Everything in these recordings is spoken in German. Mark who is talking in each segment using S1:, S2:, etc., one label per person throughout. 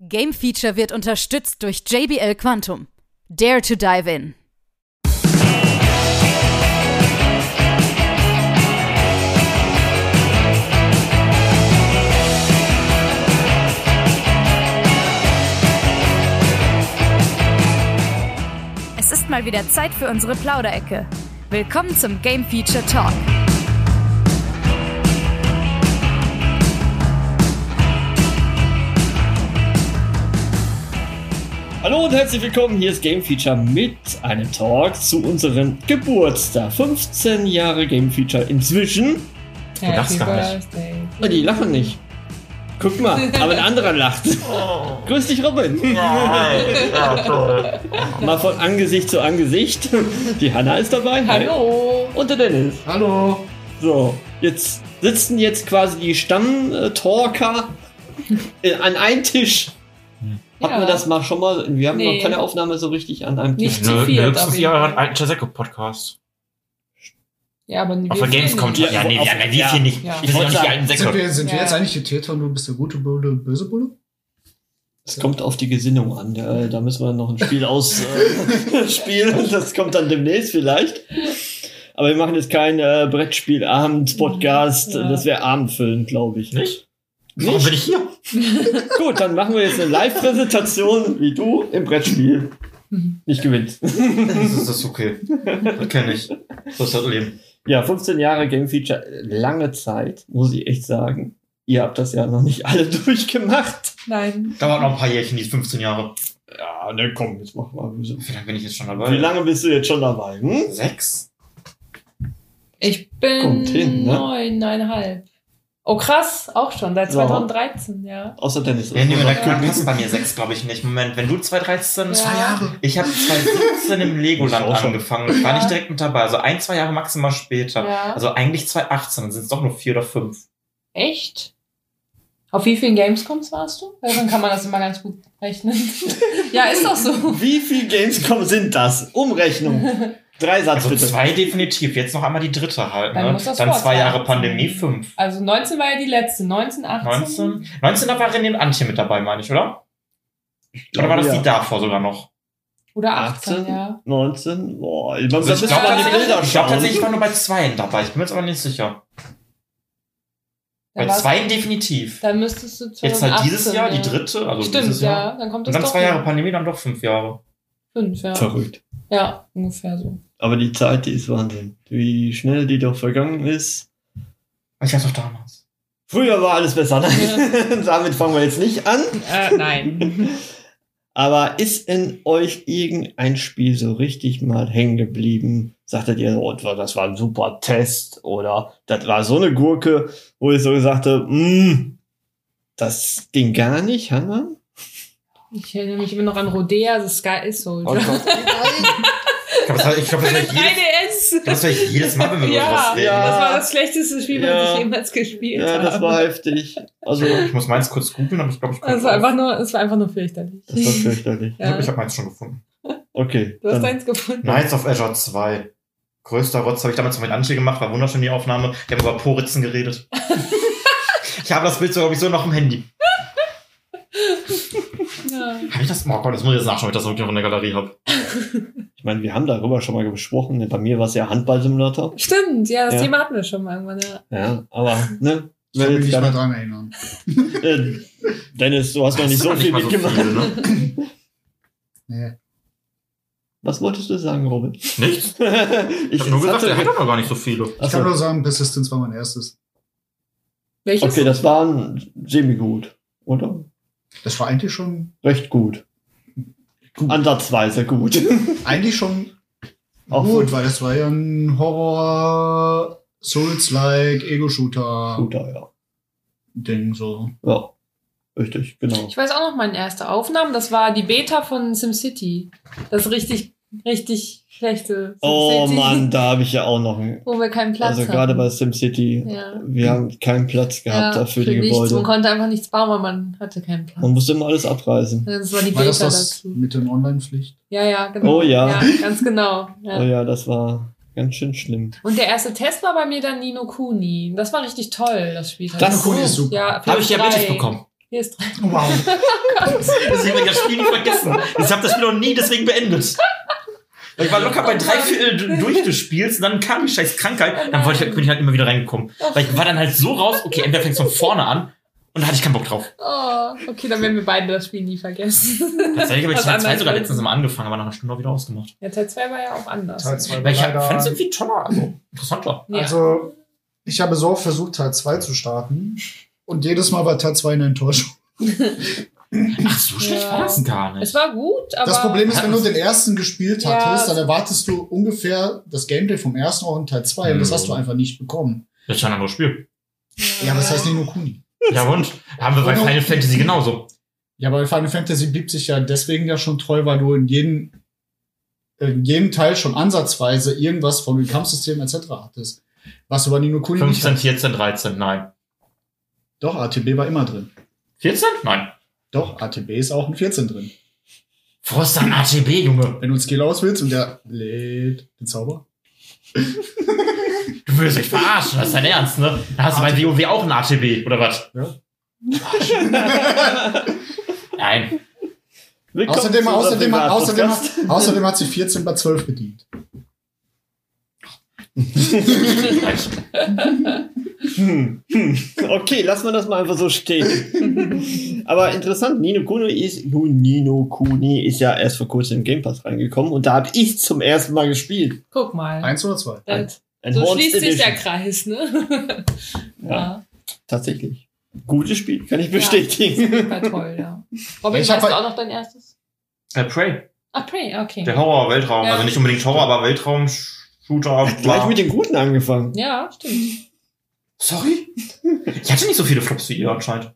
S1: Game Feature wird unterstützt durch JBL Quantum. Dare to dive in.
S2: Es ist mal wieder Zeit für unsere Plauderecke. Willkommen zum Game Feature Talk.
S3: Hallo und herzlich willkommen, hier ist Game Feature mit einem Talk zu unserem Geburtstag. 15 Jahre Game Feature inzwischen.
S4: Du lachst gar nicht.
S5: Birthday.
S3: Oh, die lachen nicht. Guck mal, aber ein anderer lacht.
S5: Oh.
S3: Grüß dich, Robin. Mal von Angesicht zu Angesicht. Die Hanna ist dabei. Hi.
S5: Hallo.
S3: Und der Dennis.
S4: Hallo.
S3: So, jetzt sitzen jetzt quasi die Stammtalker äh, an einem Tisch. Hatten
S5: Ja.
S3: wir das mal schon mal? Wir haben
S5: Nee.
S3: noch keine Aufnahme so richtig an einem Tisch.
S5: Nicht zu viel,
S4: Letztes
S5: aber-
S4: Jahr hat ein Chaseko-Podcast.
S5: Ja, aber wir
S4: Auf der
S5: fehlen
S4: Gamescom.
S5: nicht.
S3: Ja,
S4: Ja, nee,
S3: auf-
S4: ja, die
S3: ja.
S4: hier nicht.
S5: Ja.
S4: Wir
S3: Ich
S4: sind noch nicht
S3: wollte
S4: die alten
S6: Sind
S4: Säcke.
S6: wir, sind wir
S5: Ja.
S6: jetzt eigentlich die Täter und du bist der gute Bulle, böse Bulle?
S3: Es kommt auf die Gesinnung an. Da, da müssen wir noch ein Spiel ausspielen. Äh, spielen. das kommt dann demnächst vielleicht. Aber wir machen jetzt kein äh, Brettspielabend-Podcast.
S5: Ja.
S3: Das wäre abendfüllend, glaube ich.
S4: Nicht? Warum
S3: Nicht?
S4: bin ich hier?
S3: Gut, dann machen wir jetzt eine Live-Präsentation, wie du im Brettspiel
S5: Mhm.
S3: nicht gewinnst.
S4: Das ist das okay. Das kenne ich. So ist das Leben.
S3: Ja, 15 Jahre Game Feature, lange Zeit, muss ich echt sagen. Ihr habt das ja noch nicht alle durchgemacht.
S5: Nein.
S4: Dauert noch ein paar Jährchen, die 15 Jahre.
S3: Ja, ne, komm, jetzt mach mal.
S4: Wie
S3: Wie
S4: lange bin ich jetzt schon dabei?
S3: lange bist du jetzt schon dabei? Hm?
S4: Sechs?
S5: Ich bin
S3: Kommt hin, ne?
S5: neuneinhalb. Oh krass, auch schon, seit
S3: Ja.
S5: 2013, ja.
S3: Außer Dennis.
S4: Ja, nee,
S5: Ja.
S4: da passt bei mir sechs, glaube ich, nicht. Moment, wenn du 2013...
S5: Ja.
S6: Zwei Jahre.
S4: Ich habe 2017 im Legoland
S3: Ich auch schon.
S4: angefangen. Ich war nicht direkt mit dabei. Also ein, zwei Jahre maximal später.
S5: Ja.
S4: Also eigentlich 2018. Dann sind es doch nur vier oder fünf.
S5: Echt? Auf wie vielen Gamescoms warst du? Weil dann kann man das immer ganz gut rechnen. ja, ist doch so.
S3: Wie viel Gamescom sind das? Umrechnung. Drei Satz
S4: Also
S3: bitte.
S4: zwei definitiv. Jetzt noch einmal die dritte halt.
S5: Dann
S4: Ne?
S5: muss das
S4: Dann zwei
S5: vorzeigen.
S4: Jahre Pandemie, fünf.
S5: Also 19 war ja die letzte, 19, 18.
S4: 19? 19 da war René und Antje mit dabei, meine ich, oder?
S3: glaube,
S4: oder war das
S3: ja.
S4: die davor sogar noch?
S5: Oder 18,
S3: 18?
S5: ja.
S3: 19? Boah, man muss
S4: Also ich
S3: also
S4: glaube
S3: mal die
S4: tatsächlich,
S3: Bilder
S4: ich glaub,
S3: schauen.
S4: tatsächlich war nur bei zweien dabei. Ich bin mir jetzt aber nicht sicher.
S5: Dann
S4: bei
S5: war's-
S4: zweien definitiv.
S5: Dann müsstest du 2018,
S4: Jetzt halt dieses Jahr,
S5: ja.
S4: die dritte, also
S5: Stimmt,
S4: dieses Jahr.
S5: ja. Dann kommt
S4: Und
S5: das
S4: dann
S5: doch
S4: zwei Jahre
S5: hin.
S4: Pandemie, dann doch fünf Jahre.
S5: Fünf, ja.
S3: Verrückt.
S5: Ja, ungefähr so.
S3: Aber die Zeit, die ist Wahnsinn. Wie schnell die doch vergangen ist.
S4: Ich weiß doch damals.
S3: Früher war alles besser. Nein, damit fangen wir jetzt nicht an.
S5: Äh, nein.
S3: Aber ist in euch irgendein Spiel so richtig mal hängen geblieben? Sagtet ihr, oh, das war ein super Test oder das war so eine Gurke, wo ich so gesagt habe, mm, das ging gar nicht, Hannah?
S5: Ich erinnere mich immer noch an Rodea, The Sky is Soldier.
S4: Oh Gott. Ich glaube, das war, ich glaub,
S5: Für
S4: das war
S5: den 3DS!
S4: jedes, ich glaub, das war jedes Mal, wenn wir über
S5: Ja.
S4: sowas reden.
S3: Ja.
S5: Das war das schlechteste Spiel,
S3: Ja.
S5: was ich jemals gespielt
S3: Ja,
S5: habe.
S3: das war heftig. Also,
S4: Ich muss meins kurz googeln, aber ich glaube, ich komme
S5: Es war Also einfach nur, es war einfach nur fürchterlich.
S3: das war fürchterlich.
S4: Ich
S5: Ja.
S4: habe hab meins schon gefunden.
S3: Okay.
S5: Du hast
S3: dann-
S5: eins gefunden.
S4: Knights of Azure 2. Größter Rotz habe ich damals noch mit Antje gemacht, war wunderschön die Aufnahme. Wir haben über Poritzen geredet. ich habe das Bild sogar sowieso noch im Handy.
S5: Ja.
S4: Habe ich das? Oh Gott, das muss ich jetzt nachschauen, ob ich das wirklich noch in der Galerie habe.
S3: Ich meine, wir haben darüber schon mal gesprochen. Bei mir war es ja Handballsimulator.
S5: Stimmt, ja, das
S3: Ja.
S5: Thema hatten wir schon mal irgendwann. Ja.
S3: Ja, aber, ne?
S6: Ich kann
S3: Wenn jetzt
S6: mich nicht mehr
S3: dann,
S6: dran
S3: äh,
S6: erinnern.
S3: Dennis, du hast noch nicht so viel mitgemacht.
S4: ne?
S6: Nee.
S3: Was wolltest du sagen, Robin? ich
S4: Nichts? Ich
S3: habe
S4: habe nur gesagt, er hat aber gar nicht so viele.
S6: Ich kann nur sagen, Persistence war mein erstes.
S5: Welches?
S3: Okay, das war ein semi-gut, oder?
S6: Das war eigentlich schon,
S3: Recht gut.
S6: Gut.
S3: Ansatzweise gut.
S6: eigentlich schon
S3: Auch
S6: gut,
S3: so.
S6: weil das war ja ein Horror, Souls-like, Ego-Shooter,
S3: Guter, ja.
S6: Ding so.
S3: Ja. Richtig, genau.
S5: Ich weiß auch noch meine erste Aufnahme, das war die Beta von SimCity. Das richtig, richtig schlechte SimCity.
S3: Oh Mann, da habe ich ja auch noch einen.
S5: Wo wir keinen Platz
S3: Also
S5: hatten.
S3: gerade bei SimCity,
S5: Ja.
S3: wir haben keinen Platz gehabt
S5: ja,
S3: dafür
S5: für
S3: die
S5: nichts. Man
S3: Gebäude.
S5: konnte einfach nichts bauen, weil man hatte keinen Platz.
S3: Man musste immer alles abreißen.
S5: Das war die
S6: War
S5: Beta
S6: das das
S5: dazu.
S6: mit den Online-Pflicht?
S5: Ja, ja, genau.
S3: Oh ja.
S5: ja ganz genau. Ja.
S3: Oh ja, das war ganz schön schlimm.
S5: Und der erste Test war bei mir dann Nino Kuni. Das war richtig toll, das Spiel.
S3: Das- Nino
S6: Kuni ist super.
S5: Ja, für
S4: Habe ich
S5: drei.
S4: Diabetes bekommen.
S5: Hier ist drei.
S6: Wow.
S4: Deswegen habe ich das Spiel nie vergessen. Ich habe das Spiel noch nie deswegen beendet. Ich war locker bei drei Viertel durch des Spiels und dann kam die scheiß Krankheit. Dann wollte ich, bin ich halt immer wieder reingekommen. Weil ich war dann halt so raus, okay, entweder fängst du von vorne an und da hatte ich keinen Bock drauf.
S5: Oh, okay, dann werden wir beide das Spiel nie vergessen.
S4: Tatsächlich habe ich
S5: Was
S4: Teil 2
S5: anderes
S4: sogar
S5: will.
S4: letztens mal angefangen, aber nach einer Stunde auch wieder ausgemacht.
S5: Ja, Teil 2 war ja auch anders.
S6: Teil 2 war
S4: Weil ich fand es
S6: leider.
S4: irgendwie toller, also interessanter.
S5: Ja.
S6: Also, ich habe so oft versucht, Teil 2 zu starten. Und jedes Mal war Teil 2 eine Enttäuschung.
S4: Ach, so schlecht
S5: Ja.
S4: war das denn gar
S5: es
S4: nicht.
S5: war gut, aber.
S6: Das Problem ist, wenn du den ersten gespielt
S5: Ja.
S6: hattest, dann erwartest du ungefähr das Gameplay vom ersten auch in Teil 2. Und das
S4: Mhm.
S6: hast du einfach nicht bekommen.
S4: Das ist ja ein anderes Spiel.
S6: Ja, aber das heißt nicht nur Kuni.
S4: Ja und? Haben wir bei Final Fantasy genauso.
S6: Ja, aber Final Fantasy blieb sich ja deswegen ja schon treu, weil du in jedem, in jedem Teil schon ansatzweise irgendwas vom Kampfsystem etc. hattest. Was du bei Nino Kuni nicht
S4: 15,
S6: hattest.
S4: 14, 13, nein.
S6: Doch, ATB war immer drin.
S4: 14? Nein.
S6: Doch, ATB ist auch in 14 drin.
S4: Wo ist dein ATB, Junge?
S6: Wenn du einen Skill auswählst und der lädt den Zauber.
S4: Du willst mich verarschen, das ist dein Ernst, ne? Da hast du bei WoW auch ein ATB, oder was?
S6: Ja.
S4: Nein.
S3: Willkommen
S6: Außerdem,
S3: zu unserem
S6: außerdem, außerdem,
S3: Privatpodcast.
S6: außerdem, außerdem hat sie 14 bei 12 bedient.
S4: Nein.
S3: Hm. Hm. Okay, lassen wir das mal einfach so stehen. Aber interessant, Nino Kuni ist, nun, Nino Kuni ist ja erst vor kurzem im Game Pass reingekommen und da habe ich zum ersten Mal gespielt.
S5: Guck mal.
S6: Eins oder zwei?
S5: Dann, so
S3: Enhanced
S5: schließt sich der
S3: Edition.
S5: Kreis, ne?
S3: Ja. Tatsächlich. Gutes Spiel, kann ich bestätigen.
S5: Ja, Super toll, ja. Robin,
S6: Ich
S5: ich
S6: hab
S5: weißt
S6: halt-
S5: du auch noch dein erstes?
S4: Äh, Prey.
S5: Ah, Prey, okay.
S4: Der Horror-Weltraum.
S5: Ja.
S4: Also nicht unbedingt Horror, aber Weltraum-Shooter.
S3: Gleich mit den Guten angefangen.
S5: Ja, stimmt.
S4: Sorry? Ich hatte nicht so viele Flops wie ihr anscheinend.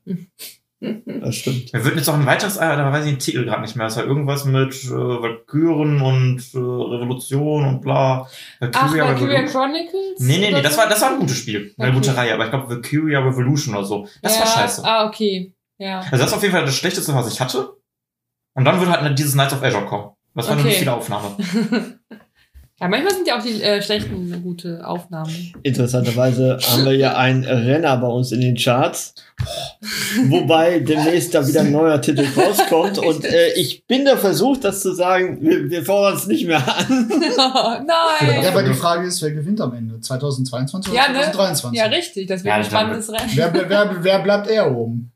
S3: Das stimmt.
S4: Wir würden jetzt auch ein weiteres, ah, da weiß ich den Titel gerade nicht mehr. Es war irgendwas mit äh, Valkyren und äh, Revolution und bla.
S5: Ach, Valkyria
S4: Revolution.
S5: Chronicles?
S4: Nee, nee,
S5: oder
S4: nee, das
S5: so?
S4: war, das war ein gutes Spiel. Eine
S5: Okay.
S4: gute Reihe, aber ich glaube Valkyria Revolution oder so. Das war
S5: Ja,
S4: scheiße.
S5: Ah, okay. Ja.
S4: Also das ist auf jeden Fall das Schlechteste, was ich hatte. Und dann würde halt dieses Knights of Azure kommen. Das war eine
S5: Okay.
S4: viele Aufnahme.
S5: Ja, manchmal sind ja auch die äh, schlechten gute Aufnahmen.
S3: Interessanterweise haben wir ja einen Renner bei uns in den Charts. Wobei demnächst da wieder ein neuer Titel rauskommt. Und äh, ich bin da versucht, das zu sagen, wir, wir fordern es nicht mehr an.
S5: Nein!
S6: Ja, aber die Frage ist, wer gewinnt am Ende? 2022 oder
S5: Ja, ne?
S6: 2023?
S5: Ja, richtig, das wird
S4: Ja,
S5: ein
S4: ich glaub,
S5: spannendes Rennen.
S6: Wer, wer, wer, wer bleibt eher oben?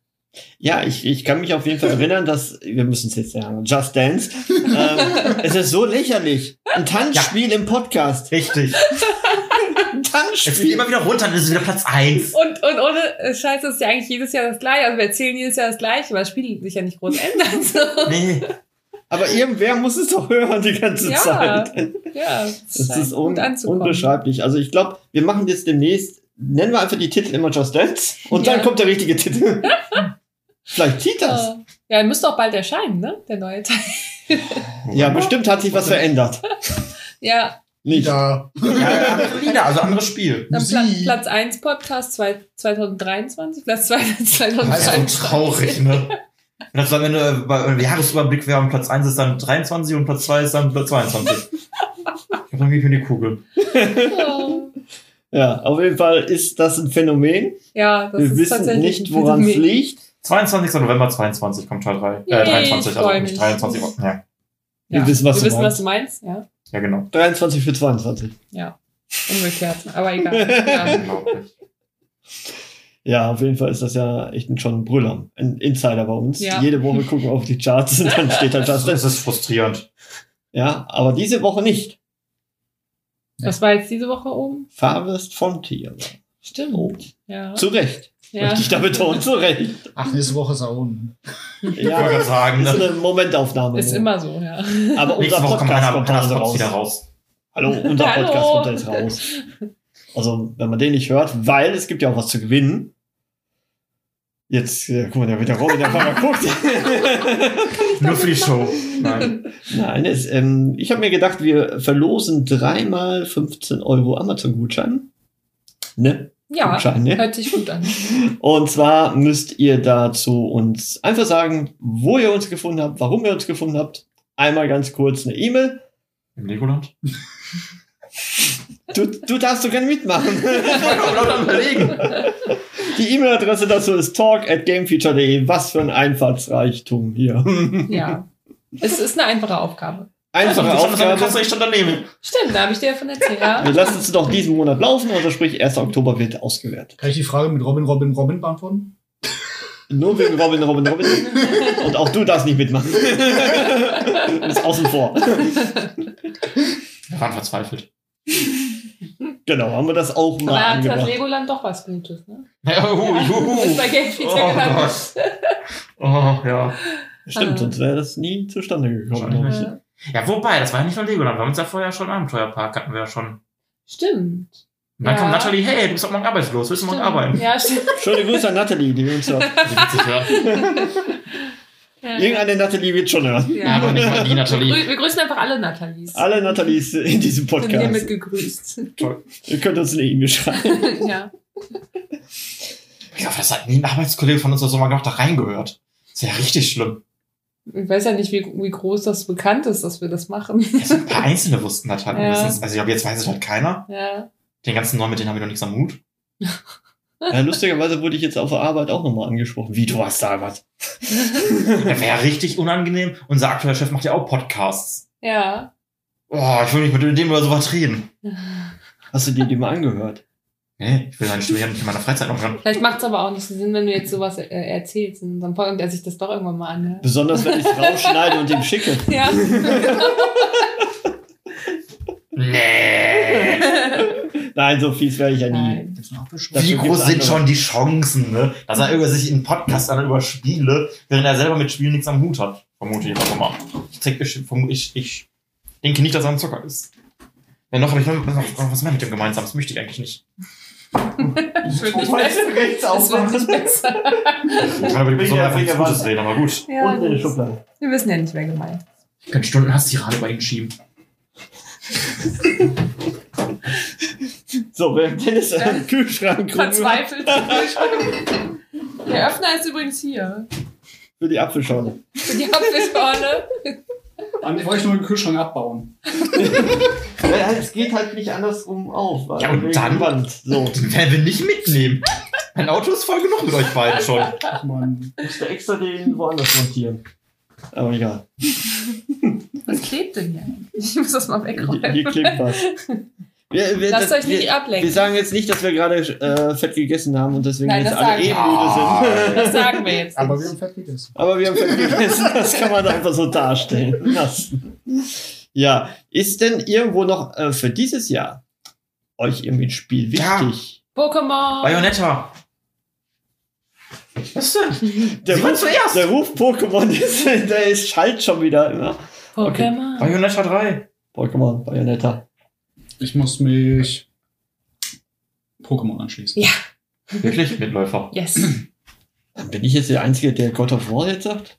S3: Ja, ich, ich kann mich auf jeden Fall erinnern, dass wir müssen es jetzt sagen, Just Dance. Ähm, es ist so lächerlich. Ein Tanzspiel im Podcast.
S4: Richtig.
S3: Ein
S4: Es geht
S3: Tanzspiel.
S4: immer wieder runter, dann ist es wieder Platz eins.
S5: Und, und ohne äh, Scheiße ist ja eigentlich jedes Jahr das Gleiche. Also wir erzählen jedes Jahr das Gleiche, aber das Spiel sich ja nicht groß ändern. So.
S4: Nee.
S3: Aber irgendwer muss es doch hören die ganze
S5: Ja.
S3: Zeit.
S5: halt- Ja,
S3: Das ist un
S5: gut anzukommen.
S3: unbeschreiblich. Also ich glaube, wir machen jetzt demnächst, nennen wir einfach die Titel immer Just Dance und dann
S5: Ja.
S3: kommt der richtige Titel. Vielleicht Titas.
S5: Ja, er müsste auch bald erscheinen, ne? Der neue Teil. Oh.
S3: Ja, bestimmt hat sich was verändert.
S5: Ja,
S3: Nicht.
S6: Ja.
S4: Ja, andere Lieder, also anderes Spiel.
S5: dann Pla
S6: Sie.
S5: Platz 1 Podcast zwei- 2023, Platz 2
S4: Das ist
S5: 2023.
S4: so traurig, ne? Und das war, wenn du bei einem Jahresüberblick wäre, Platz 1 ist dann 23 und Platz 2 ist dann Platz 22. ich hab dann mich in die Kugel.
S5: Ja.
S3: Ja, auf jeden Fall ist das ein Phänomen.
S5: Ja, das
S3: wir
S5: ist
S3: wissen
S5: tatsächlich
S3: nicht, woran es
S5: Phänomen.
S3: liegt.
S4: 22. November 22 kommt Teil 3.
S5: Yay,
S4: Äh, 23,
S5: ich
S4: also
S5: freu
S4: nicht
S5: mich.
S4: 23. aber- Ja,
S3: Wir wissen, was
S5: wir
S3: du
S5: wissen, was du meinst. Ja,
S4: ja genau.
S3: 23 für 22.
S5: umgekehrt. Aber egal.
S4: Unglaublich.
S3: Ja, auf jeden Fall ist das ja echt ein schon ein Brüller. Ein Insider bei uns.
S5: Ja.
S3: Jede Woche gucken wir auf die Charts und dann steht da Just
S4: Das,
S3: Dance.
S4: das ist frustrierend.
S3: Ja, aber diese Woche nicht.
S5: Ja. Was war jetzt diese Woche oben?
S3: Fahrwirst vom Tier.
S5: Stimmt. Ja.
S3: Zu Recht.
S5: ja.
S3: Möchte ich da betonen, zu Recht.
S6: Ach, nächste Woche ist er unten.
S4: Ich wollte
S3: Ja,
S4: gerade
S3: das
S4: sagen,
S3: ist
S4: ne?
S3: eine Momentaufnahme.
S5: Ist
S3: nur.
S5: immer so, ja.
S3: Aber unser
S4: nächste Woche
S3: Podcast
S4: kommt einer
S3: kommt
S4: kommt einer
S3: also
S4: raus.
S3: raus.
S4: wieder raus.
S3: Hallo, unser
S5: Hallo.
S3: Podcast kommt jetzt raus. Also, wenn man den nicht hört, weil es gibt ja auch was zu gewinnen. Jetzt, äh, guck mal, der wird ja Robin, der Fahrer guckt.
S4: Nur für die Show. Nein.
S3: Nein, es, ähm, ich habe mir gedacht, wir verlosen dreimal 15 Euro Amazon-Gutschein. Ne?
S5: Ja,
S3: Gutschein, ne?
S5: hört sich gut an.
S3: Und zwar müsst ihr dazu uns einfach sagen, wo ihr uns gefunden habt, warum ihr uns gefunden habt. Einmal ganz kurz eine E-Mail.
S4: Im Legoland?
S3: Du, du darfst so gerne mitmachen.
S4: Ich wollte auch laut am überlegen.
S3: Die E-Mail-Adresse dazu ist talk at gamefeature.de. Was für ein Einfallsreichtum hier.
S5: Ja. Es ist eine einfache Aufgabe.
S3: Einfache
S4: Ich habe
S3: Aufgabe.
S4: Kasse ich schon daneben.
S5: Stimmt, da habe ich dir ja von erzählt.
S3: Wir
S5: Ja.
S3: lassen es doch diesen Monat laufen, also sprich 1. Oktober wird ausgewertet.
S6: Kann ich die Frage mit Robin, Robin, Robin beantworten?
S3: Nur wegen Robin, Robin, Robin. Und auch du darfst nicht mitmachen. Du bist außen vor.
S4: Wir waren verzweifelt.
S3: Genau, haben wir das auch mal
S5: Aber hat das
S3: angebracht.
S5: Legoland doch was Gutes, ne?
S4: Ja, hu,
S5: Du bist bei Game
S4: Oh
S5: Feature gelandet.
S4: Gott. Oh, ja.
S3: Stimmt, sonst wäre das nie zustande gekommen.
S4: Wahrscheinlich
S3: glaub ich.
S4: Ja, wobei, das war ja nicht nur Legoland. Wir haben uns ja vorher schon Abenteuerpark hatten wir ja schon.
S5: Stimmt.
S4: Und dann
S5: Ja.
S4: kam Natalie, hey, du bist doch morgen arbeitslos, willst du morgen
S5: Stimmt.
S4: arbeiten?
S5: Ja, stimmt.
S3: Schöne Grüße an Nathalie, die uns hört.
S4: Also witzig, ja.
S5: Ja.
S3: Irgendeine Nathalie wird schon hören.
S4: ja, aber
S5: Ja.
S4: nicht mal die Nathalie.
S5: Grü- Wir grüßen einfach alle Nathalies.
S3: Alle Nathalies in diesem
S5: sind hiermit
S3: Podcast.
S5: gegrüßt.
S3: Ihr könnt uns eine E-Mail schreiben.
S5: ja.
S4: Ich hoffe, das hat nie ein Arbeitskollege von uns aus Sommer gemacht, da reingehört. Das ist ja richtig schlimm.
S5: Ich weiß ja nicht, wie, wie groß das bekannt ist, dass wir das machen.
S4: Also ein paar Einzelne wussten das halt.
S5: Ja.
S4: mindestens. Also ich glaube, jetzt weiß es halt keiner.
S5: Ja.
S4: Den ganzen Neuen, mit denen haben wir noch nichts am Hut.
S3: Ja, lustigerweise wurde ich jetzt auf der Arbeit auch nochmal angesprochen. Wie, du hast da was?
S4: Das wäre richtig unangenehm. Unser aktueller Chef macht ja auch Podcasts.
S5: Ja.
S4: Oh, ich will nicht mit dem über sowas reden.
S3: Hast du dir die mal angehört?
S4: Nee, ich will seine Stimme ja nicht in meiner Freizeit noch hören.
S5: Vielleicht macht es aber auch nicht so Sinn, wenn du jetzt sowas äh, erzählst und dann folgt er sich das doch irgendwann mal an. Ne?
S3: Besonders, wenn ich es rausschneide und ihm schicke.
S5: Ja.
S4: Nee.
S3: Nein, so fies wäre ich ja nie.
S5: Nein.
S6: Gibt's noch Abbeschwörung?
S3: Dafür
S4: Wie
S3: gibt's
S4: groß sind
S3: andere.
S4: schon die Chancen, ne? dass er über sich in Podcast dann über Spiele, während er selber mit Spielen nichts am Hut hat? Vermute ich einfach mal. Ich, denk, ich, vermu- ich, ich denke nicht, dass er ein Zocker ist. Ja, noch habe ich noch, noch, noch was mehr mit dem gemeinsam. Das möchte ich eigentlich nicht.
S5: wird nicht besser.
S3: rechts
S5: Das wird nicht besser.
S4: Ich kann über die Person
S3: Ja,
S4: einfach nichts
S3: ja,
S4: Gutes reden, aber gut.
S5: Ja,
S3: Unten in der
S5: wir
S3: Schublade.
S5: wissen ja nicht, wer gemeint
S4: Ich kann Stunden Hass gerade bei ihm schieben.
S3: So, während Dennis im Kühlschrank
S5: ist.
S3: rumläuft
S5: Verzweifelt. Der Öffner ist übrigens hier.
S3: für die Apfelschorle.
S5: Für die Apfelschorle.
S6: An ich wollte nur den Kühlschrank abbauen.
S3: Es geht halt nicht andersrum auf.
S4: Ja, und
S3: wegen
S4: dann?
S3: der Wand. So,
S4: Den werden wir nicht mitnehmen. Mein Auto ist voll genug mit euch beiden schon.
S6: Ach man.
S3: ich musste extra den woanders montieren. Aber egal.
S5: Was klebt denn hier? Ich muss das mal
S3: Hier, hier
S5: wegräumen.
S3: klebt was. Wir, wir,
S5: Lasst euch nicht
S3: wir, wir
S5: ablenken.
S3: sagen jetzt nicht, dass wir gerade äh, fett gegessen haben und deswegen
S5: Nein,
S3: jetzt
S5: das
S3: alle eh
S5: sagen
S3: müde sind.
S4: Ah,
S5: Das sagen wir jetzt.
S6: Aber wir
S5: nicht.
S6: haben fett gegessen.
S3: Aber wir haben fett gegessen, das kann man einfach so darstellen lassen. Ja, ist denn irgendwo noch äh, für dieses Jahr euch irgendwie ein Spiel
S4: Ja.
S3: wichtig?
S5: Pokémon.
S4: Bayonetta. Was denn?
S3: Der,
S4: Sie waren
S3: Ruf,
S4: zuerst.
S3: der Ruf Pokémon ist, der ist schalt schon wieder immer.
S5: Pokémon.
S4: Bayonetta 3.
S3: Pokémon, Bayonetta.
S6: Ich muss mich Pokémon anschließen.
S4: Wirklich? Mitläufer.
S5: Yes.
S3: Bin ich jetzt der Einzige, der God of War jetzt sagt?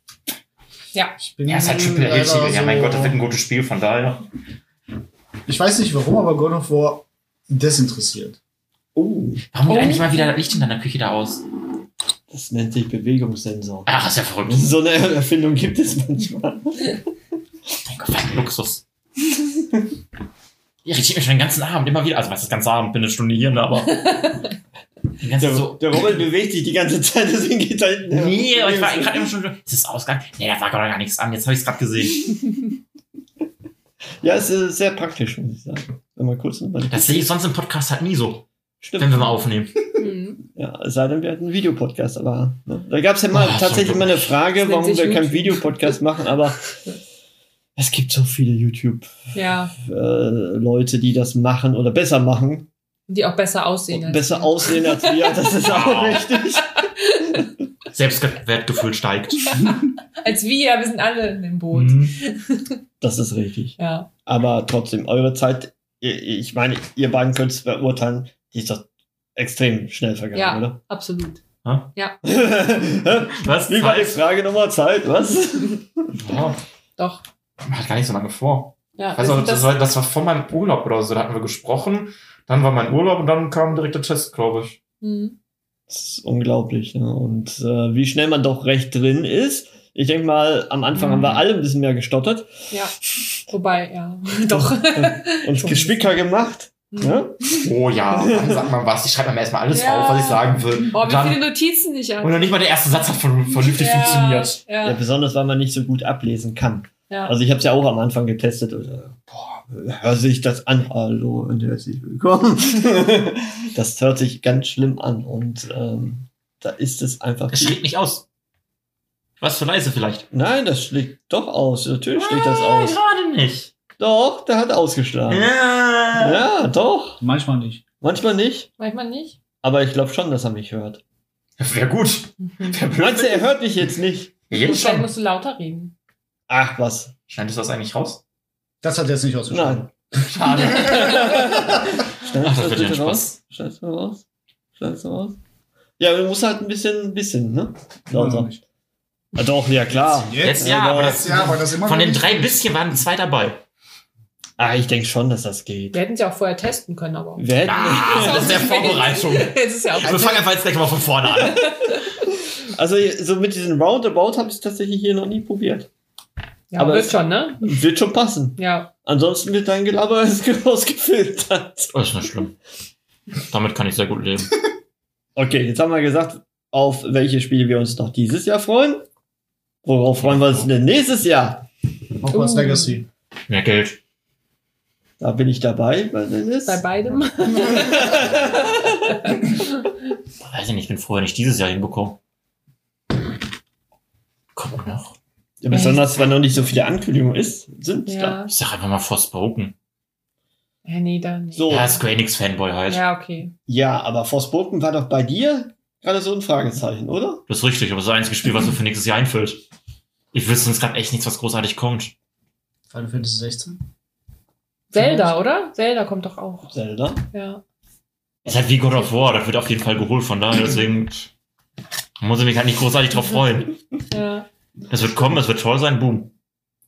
S6: Ich bin
S4: Ja, ist halt
S3: Mhm,
S4: Triple
S6: leider
S4: A-Titel. Ja, mein
S6: so-
S4: Gott, das wird ein gutes Spiel, von daher.
S6: Ich weiß nicht warum, aber God of War desinteressiert.
S3: Oh,
S4: Warum
S5: geht eigentlich
S4: mal wieder das Licht in deiner Küche da aus?
S3: das nennt sich Bewegungssensor.
S4: Ach, ist ja verrückt.
S3: So eine Erfindung gibt es manchmal.
S4: Mein Gott, was ein Luxus. Irritiert mich schon den ganzen Abend immer wieder. Also, was ist ganze Abend? Bin eine Stunde hier, ne, aber. Den ganzen
S3: Der,
S4: Also so.
S3: der Robin bewegt sich die ganze Zeit, deswegen geht da hinten. der-
S4: Nee, aber ich war gerade immer schon. Ist es Ausgang? Nee, da war gerade gar nichts an. Jetzt habe ich es gerade gesehen.
S3: Ja, es ist sehr praktisch, muss ich sagen. Wenn man kurz nochmal.
S4: Das sehe ich sonst im Podcast halt nie so, wenn
S3: Stimmt.
S4: wir mal aufnehmen.
S5: Hm.
S3: Ja, es sei denn, wir hatten einen Videopodcast, aber ne? da gab es ja mal
S4: Ah,
S3: tatsächlich
S4: so
S3: mal eine
S5: Das
S3: Frage,
S5: nennt
S3: warum
S5: sich
S3: wir keinen
S5: YouTube.
S3: Videopodcast machen, aber es gibt so viele
S5: Ja.
S3: YouTube-Leute, die das machen oder besser machen
S5: Die auch besser aussehen.
S3: und
S5: als
S3: besser
S5: wir.
S3: aussehen als wir. Das ist auch richtig.
S4: Selbstwertgefühl steigt.
S5: Als wir, wir sind alle in dem Boot.
S4: Mhm.
S3: Das ist richtig.
S5: Ja.
S3: Aber trotzdem, eure Zeit, ich ich meine, ihr beiden könnt es beurteilen, die ist doch extrem schnell vergangen,
S5: Ja.
S3: oder?
S5: Absolut.
S3: Wie
S4: Was?
S3: war die Frage nochmal? Zeit, was?
S4: Ja,
S5: Doch.
S4: hat gar nicht so lange vor.
S5: Ja,
S4: Also
S5: das,
S4: das, war, das war vor meinem Urlaub oder so, da hatten wir gesprochen. Dann war mein Urlaub und dann kam direkt der Test, glaube ich.
S5: hm.
S3: Das ist unglaublich. Ne? Und äh, wie schnell man doch recht drin ist, Ich denke mal, am Anfang haben wir alle ein bisschen mehr gestottert
S5: Ja. Wobei, ja. Doch.
S3: und
S5: Schon.
S3: Gespicker gemacht. Ne?
S4: Oh ja, dann sagt man was. Ich schreibe mir erstmal alles
S5: Ja.
S4: auf, was ich sagen will.
S5: Boah,
S4: und,
S5: wie
S4: dann,
S5: viele Notizen ich habe.
S4: und noch nicht mal der erste Satz hat ver- vernünftig
S5: ja,
S4: funktioniert.
S5: Ja,
S3: Ja.
S5: ja.
S3: besonders, weil man nicht so gut ablesen kann. Also ich habe es ja auch am Anfang getestet. Und, äh, boah, hör sich das an. Hallo und herzlich willkommen. das hört sich ganz schlimm an und ähm, da ist es einfach.
S4: Es schlägt nicht aus. Ich war zu leise vielleicht.
S3: Nein, das schlägt doch aus. Natürlich schlägt das aus.
S4: Gerade nicht.
S3: Doch, der hat ausgeschlagen.
S4: Ja.
S3: Ja, doch.
S6: Manchmal nicht.
S3: Manchmal nicht,
S5: Manchmal nicht.
S3: aber ich glaube schon, dass er mich hört.
S4: Wäre gut. Wär blöd.
S3: Meinst du, er hört mich jetzt nicht?
S4: Ja,
S5: Und
S4: jetzt
S5: Vielleicht
S4: schon.
S5: musst du lauter reden.
S3: Ach was.
S4: Schneidest du das eigentlich raus?
S6: Das hat jetzt nicht ausgeschlagen.
S3: Nein.
S4: Schade. Ach,
S3: Schneidest
S4: das
S3: du
S4: wird ja ein
S3: bitte
S4: Spaß.
S3: raus? Schneidest du raus? Schneidest du raus? Ja, du musst halt ein bisschen, ein bisschen, ne?
S6: Immer noch
S3: Lauter.
S6: nicht.
S3: Ah, doch, ja klar.
S4: Jetzt ja, aber das,
S6: Ja, aber das immer
S4: von
S6: noch
S4: den
S6: nicht.
S4: drei bisschen waren zwei dabei.
S3: Ah, ich denke schon, dass das geht.
S5: Wir hätten es ja auch vorher testen können, aber.
S3: Wir hätten,
S4: Ah, das ist der Vorbereitung.
S5: Jetzt ist ja auch.
S4: Also Wir fangen einfach jetzt gleich mal von vorne an.
S3: also so mit diesem Roundabout habe ich es tatsächlich hier noch nie probiert.
S5: Ja,
S3: aber
S5: aber wird
S3: es-
S5: schon, ne?
S3: Wird schon passen.
S5: Ja.
S3: Ansonsten wird dein Gelaber ausgefiltert.
S4: Das ist nicht schlimm. Damit kann ich sehr gut leben.
S3: Okay, jetzt haben wir gesagt, auf welche Spiele wir uns noch dieses Jahr freuen. Worauf freuen wir uns denn nächstes Jahr?
S6: Hogwarts
S5: Oh.
S6: Legacy.
S4: Mehr Geld.
S3: Da bin ich dabei, weil das ist.
S5: Bei beidem.
S4: Weiß ich nicht, ich bin froh, wenn ich dieses Jahr hinbekomme. Kommt noch.
S3: Ja, besonders, weil noch nicht so viele Ankündigungen ist, sind da.
S5: Ja.
S4: Ich sag einfach mal Forspoken.
S5: Ja, nee, dann. nicht.
S3: So,
S4: Ja,
S3: ja.
S4: Square Enix Fanboy halt.
S5: Ja, okay.
S3: aber Forspoken war doch bei dir gerade so ein Fragezeichen, oder?
S4: Das ist richtig, aber das ist das einzige Spiel, was mir für nächstes Jahr einfällt. Ich wüsste sonst gerade echt nichts, was großartig kommt.
S6: Final Fantasy 16.
S5: Zelda, oder? Zelda kommt doch auch.
S3: Zelda.
S5: Ja.
S4: Ist halt wie God of War, das wird auf jeden Fall geholt, von daher deswegen muss ich mich halt nicht großartig drauf freuen.
S5: Ja.
S4: Es wird kommen, es wird toll sein, boom.